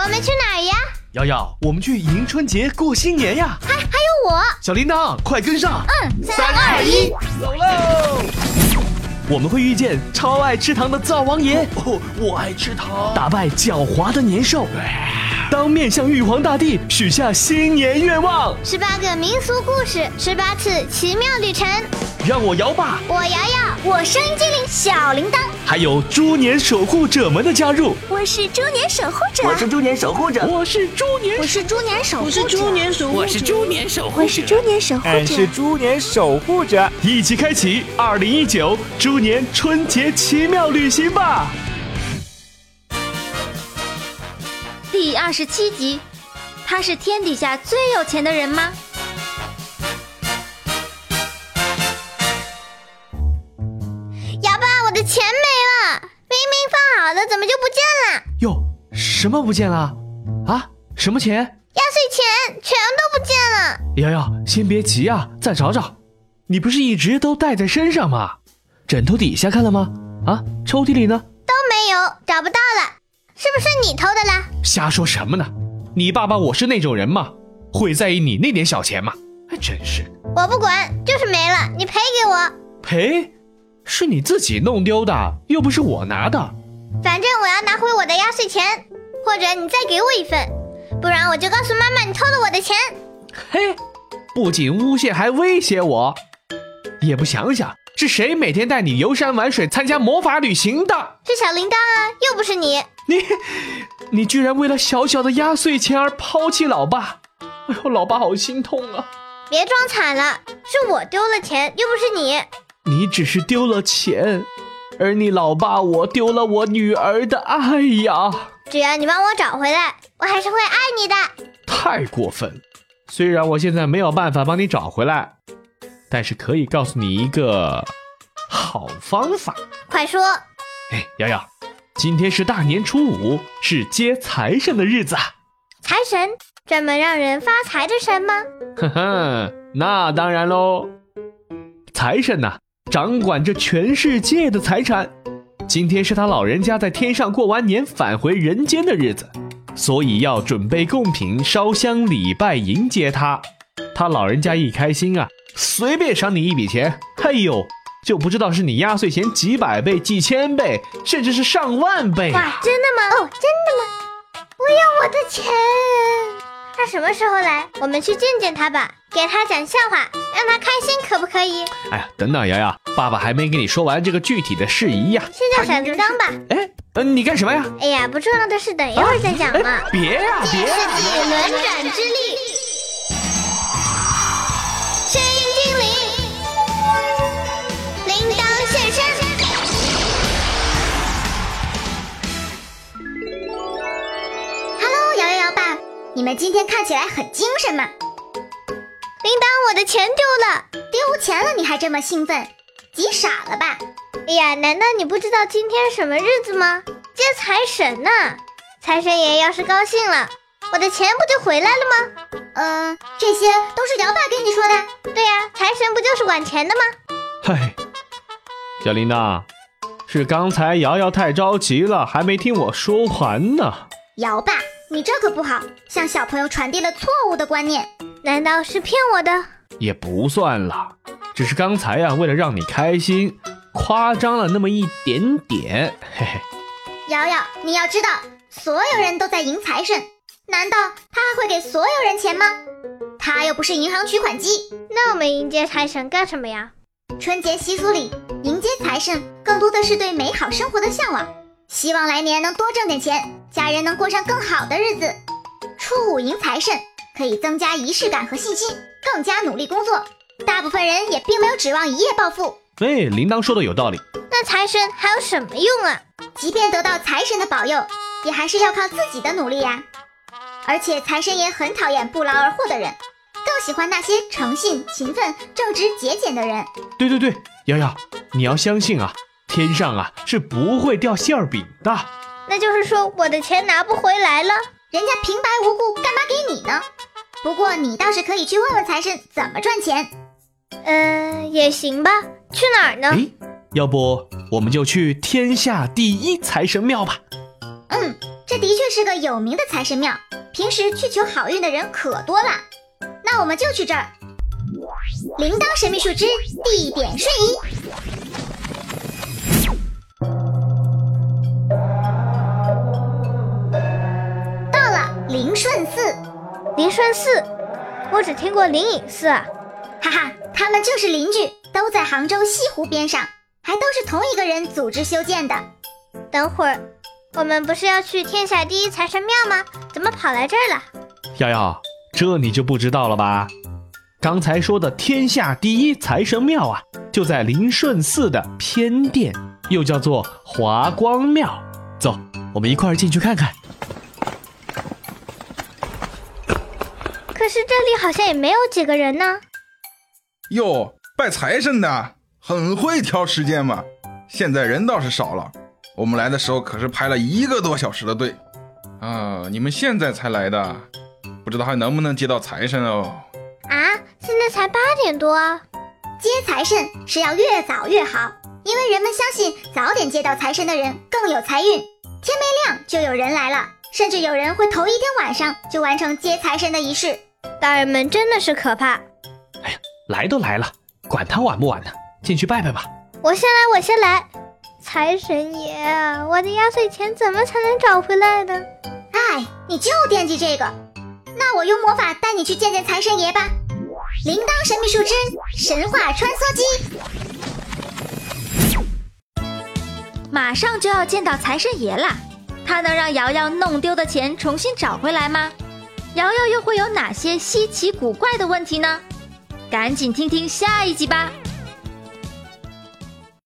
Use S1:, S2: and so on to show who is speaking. S1: 我们去哪儿呀？
S2: 瑶瑶，我们去迎春节过新年呀！
S1: 还还有我，
S2: 小铃铛，快跟
S3: 啊
S2: 上！
S1: 嗯，三二一，
S2: 走喽！我们会遇见超爱吃糖的灶王爷，
S3: 哦，我爱吃糖。哎
S2: 打败狡猾的年兽，当面向玉皇大帝许下新年愿望。
S1: 十八个民俗故事，十八次奇妙旅程。
S2: 让我摇吧！
S1: 我瑶瑶，我声音精灵小铃铛，
S2: 还有猪年守护者们的加入，
S1: 我是猪年守护者，
S3: 我是猪年守护者，
S2: 我是猪年
S1: 我是猪年守护者，我是猪年守护
S4: 我是猪年守护者，
S1: 我是猪年守护
S2: 哎
S5: 俺哎是猪年守护者。
S2: 一起开启二零一九猪年春节奇妙旅行吧！
S1: 第二十七集，他是天底下最有钱的人吗？哑巴，我的钱没了，明明放好的，怎么就不见了？
S2: 哟，什么不见了？啊，什么钱？
S1: 压岁钱全都不见了。
S2: 瑶瑶，先别急啊，再找找。你不是一直都带在身上吗？枕头底下看了吗？啊，抽屉里呢？
S1: 都没有，找不到了，是不是你偷的啦？
S2: 瞎说什么呢？你爸爸我是那种人吗？会在意你那点小钱吗？还真是。
S1: 我不管，就是没了，你赔给我。
S2: 赔，是你自己弄丢的，又不是我拿的。
S1: 反正我要拿回我的压岁钱，或者你再给我一份，不然我就告诉妈妈你偷了我的钱。
S2: 嘿，不仅诬陷，还威胁我，也不想想是谁每天带你游山玩水、参加魔法旅行的。
S1: 这小铃铛啊，又不是你，
S2: 你，你居然为了小小的压岁钱而抛弃老爸，哎呦，老爸好心痛啊！
S1: 别装惨了，是我丢了钱，又不是你。
S2: 你只是丢了钱，而你老爸我丢了我女儿的爱呀，
S1: 只要你帮我找回来，我还是会爱你的。
S2: 太过分。虽然我现在没有办法帮你找回来，但是可以告诉你一个好方法。
S1: 快说，
S2: 哎，瑶瑶，今天是大年初五，是接财神的日子啊！
S1: 财神专门让人发财的神吗？
S2: 哼哼， 那当然喽。财神呐、掌管着全世界的财产。今天是他老人家在天上过完年返回人间的日子，所以要准备贡品、烧香礼拜迎接他。他老人家一开心啊，随便赏你一笔钱，哎呦，就不知道是你压岁钱几百倍、几千倍，甚至是上万倍啊、
S1: 哇，真的吗？哦，真的吗？我要我的钱！他什么时候来？我们去见见他吧，给他讲笑话，让他开心，可不可以？
S2: 哎呀，等等，瑶瑶，爸爸还没跟你说完这个具体的事宜呀、
S1: 先叫小铃铛吧。
S2: 哎，呃，你干什么呀？
S1: 哎呀，不重要的事，等一会儿再讲嘛。
S2: 哎别呀、别啊呀、
S1: 己轮转之力，声音精灵，铃铛现身。Hello，摇摇摇爸，你们今天看起来很精神嘛。铃铛，我的钱丢了，丢钱了你还这么兴奋，急傻了吧？哎呀，难道你不知道今天什么日子吗？接财神呢、财神爷要是高兴了，我的钱不就回来了吗？嗯，这些都是姚爸跟你说的。对呀、财神不就是管钱的吗？
S2: 嗨，哎小铃铛，是刚才瑶瑶太着急了，还没听我说完呢。
S1: 姚爸，你这可不好，向小朋友传递了错误的观念。难道是骗我的？
S2: 也不算啦，只是刚才呀、啊为了让你开心，夸张了那么一点点。嘿嘿，
S1: 瑶瑶，你要知道，所有人都在迎财神，难道他还会给所有人钱吗？他又不是银行取款机。那我们迎接财神干什么呀？春节习俗里，迎接财神更多的是对美好生活的向往，希望来年能多挣点钱，家人能过上更好的日子。初五迎财神可以增加仪式感和信心，更加努力工作。大部分人也并没有指望一夜暴富，
S2: 哎，铃铛说的有道理。
S1: 那财神还有什么用啊？即便得到财神的保佑，也还是要靠自己的努力呀、而且财神爷很讨厌不劳而获的人，更喜欢那些诚信、勤奋、正直、节俭的人。
S2: 对对对，瑶瑶，你要相信啊，天上啊是不会掉馅儿饼的。
S1: 那就是说，我的钱拿不回来了。人家平白无故干嘛给你呢？不过你倒是可以去问问财神怎么赚钱。嗯，也行吧。去哪儿呢
S2: 哎，要不我们就去天下第一财神庙吧？
S1: 嗯，这地的确是个有名的财神庙，平时去求好运的人可多啦。那我们就去这儿。铃铛神秘树之地点瞬移，到了灵顺寺，
S4: 灵顺寺，我只听过灵隐寺啊。
S1: 哈哈，他们就是邻居，都在杭州西湖边上，还都是同一个人组织修建的。
S4: 等会儿，我们不是要去天下第一财神庙吗？怎么跑来这儿了？
S2: 瑶瑶，这你就不知道了吧？刚才说的天下第一财神庙啊，就在灵顺寺的偏殿，又叫做华光庙。走，我们一块儿进去看看。
S4: 可是这里好像也没有几个人呢。
S6: 哟，拜财神的，很会挑时间嘛。现在人倒是少了，我们来的时候可是排了一个多小时的队。啊，你们现在才来的，不知道还能不能接到财神哦。
S4: 啊，现在才八点多啊！
S1: 接财神是要越早越好，因为人们相信早点接到财神的人更有财运。天没亮就有人来了，甚至有人会头一天晚上就完成接财神的仪式。
S4: 大人们真的是可怕。
S2: 来都来了，管他晚不晚呢，进去拜拜吧。
S4: 我先来，我先来。财神爷啊，我的压岁钱怎么才能找回来呢？
S1: 哎，你就惦记这个，那我用魔法带你去见见财神爷吧。铃铛神秘树枝，神话穿梭机，
S7: 马上就要见到财神爷啦，他能让瑶瑶弄丢的钱重新找回来吗？瑶瑶又会有哪些稀奇古怪的问题呢？赶紧听听下一集吧。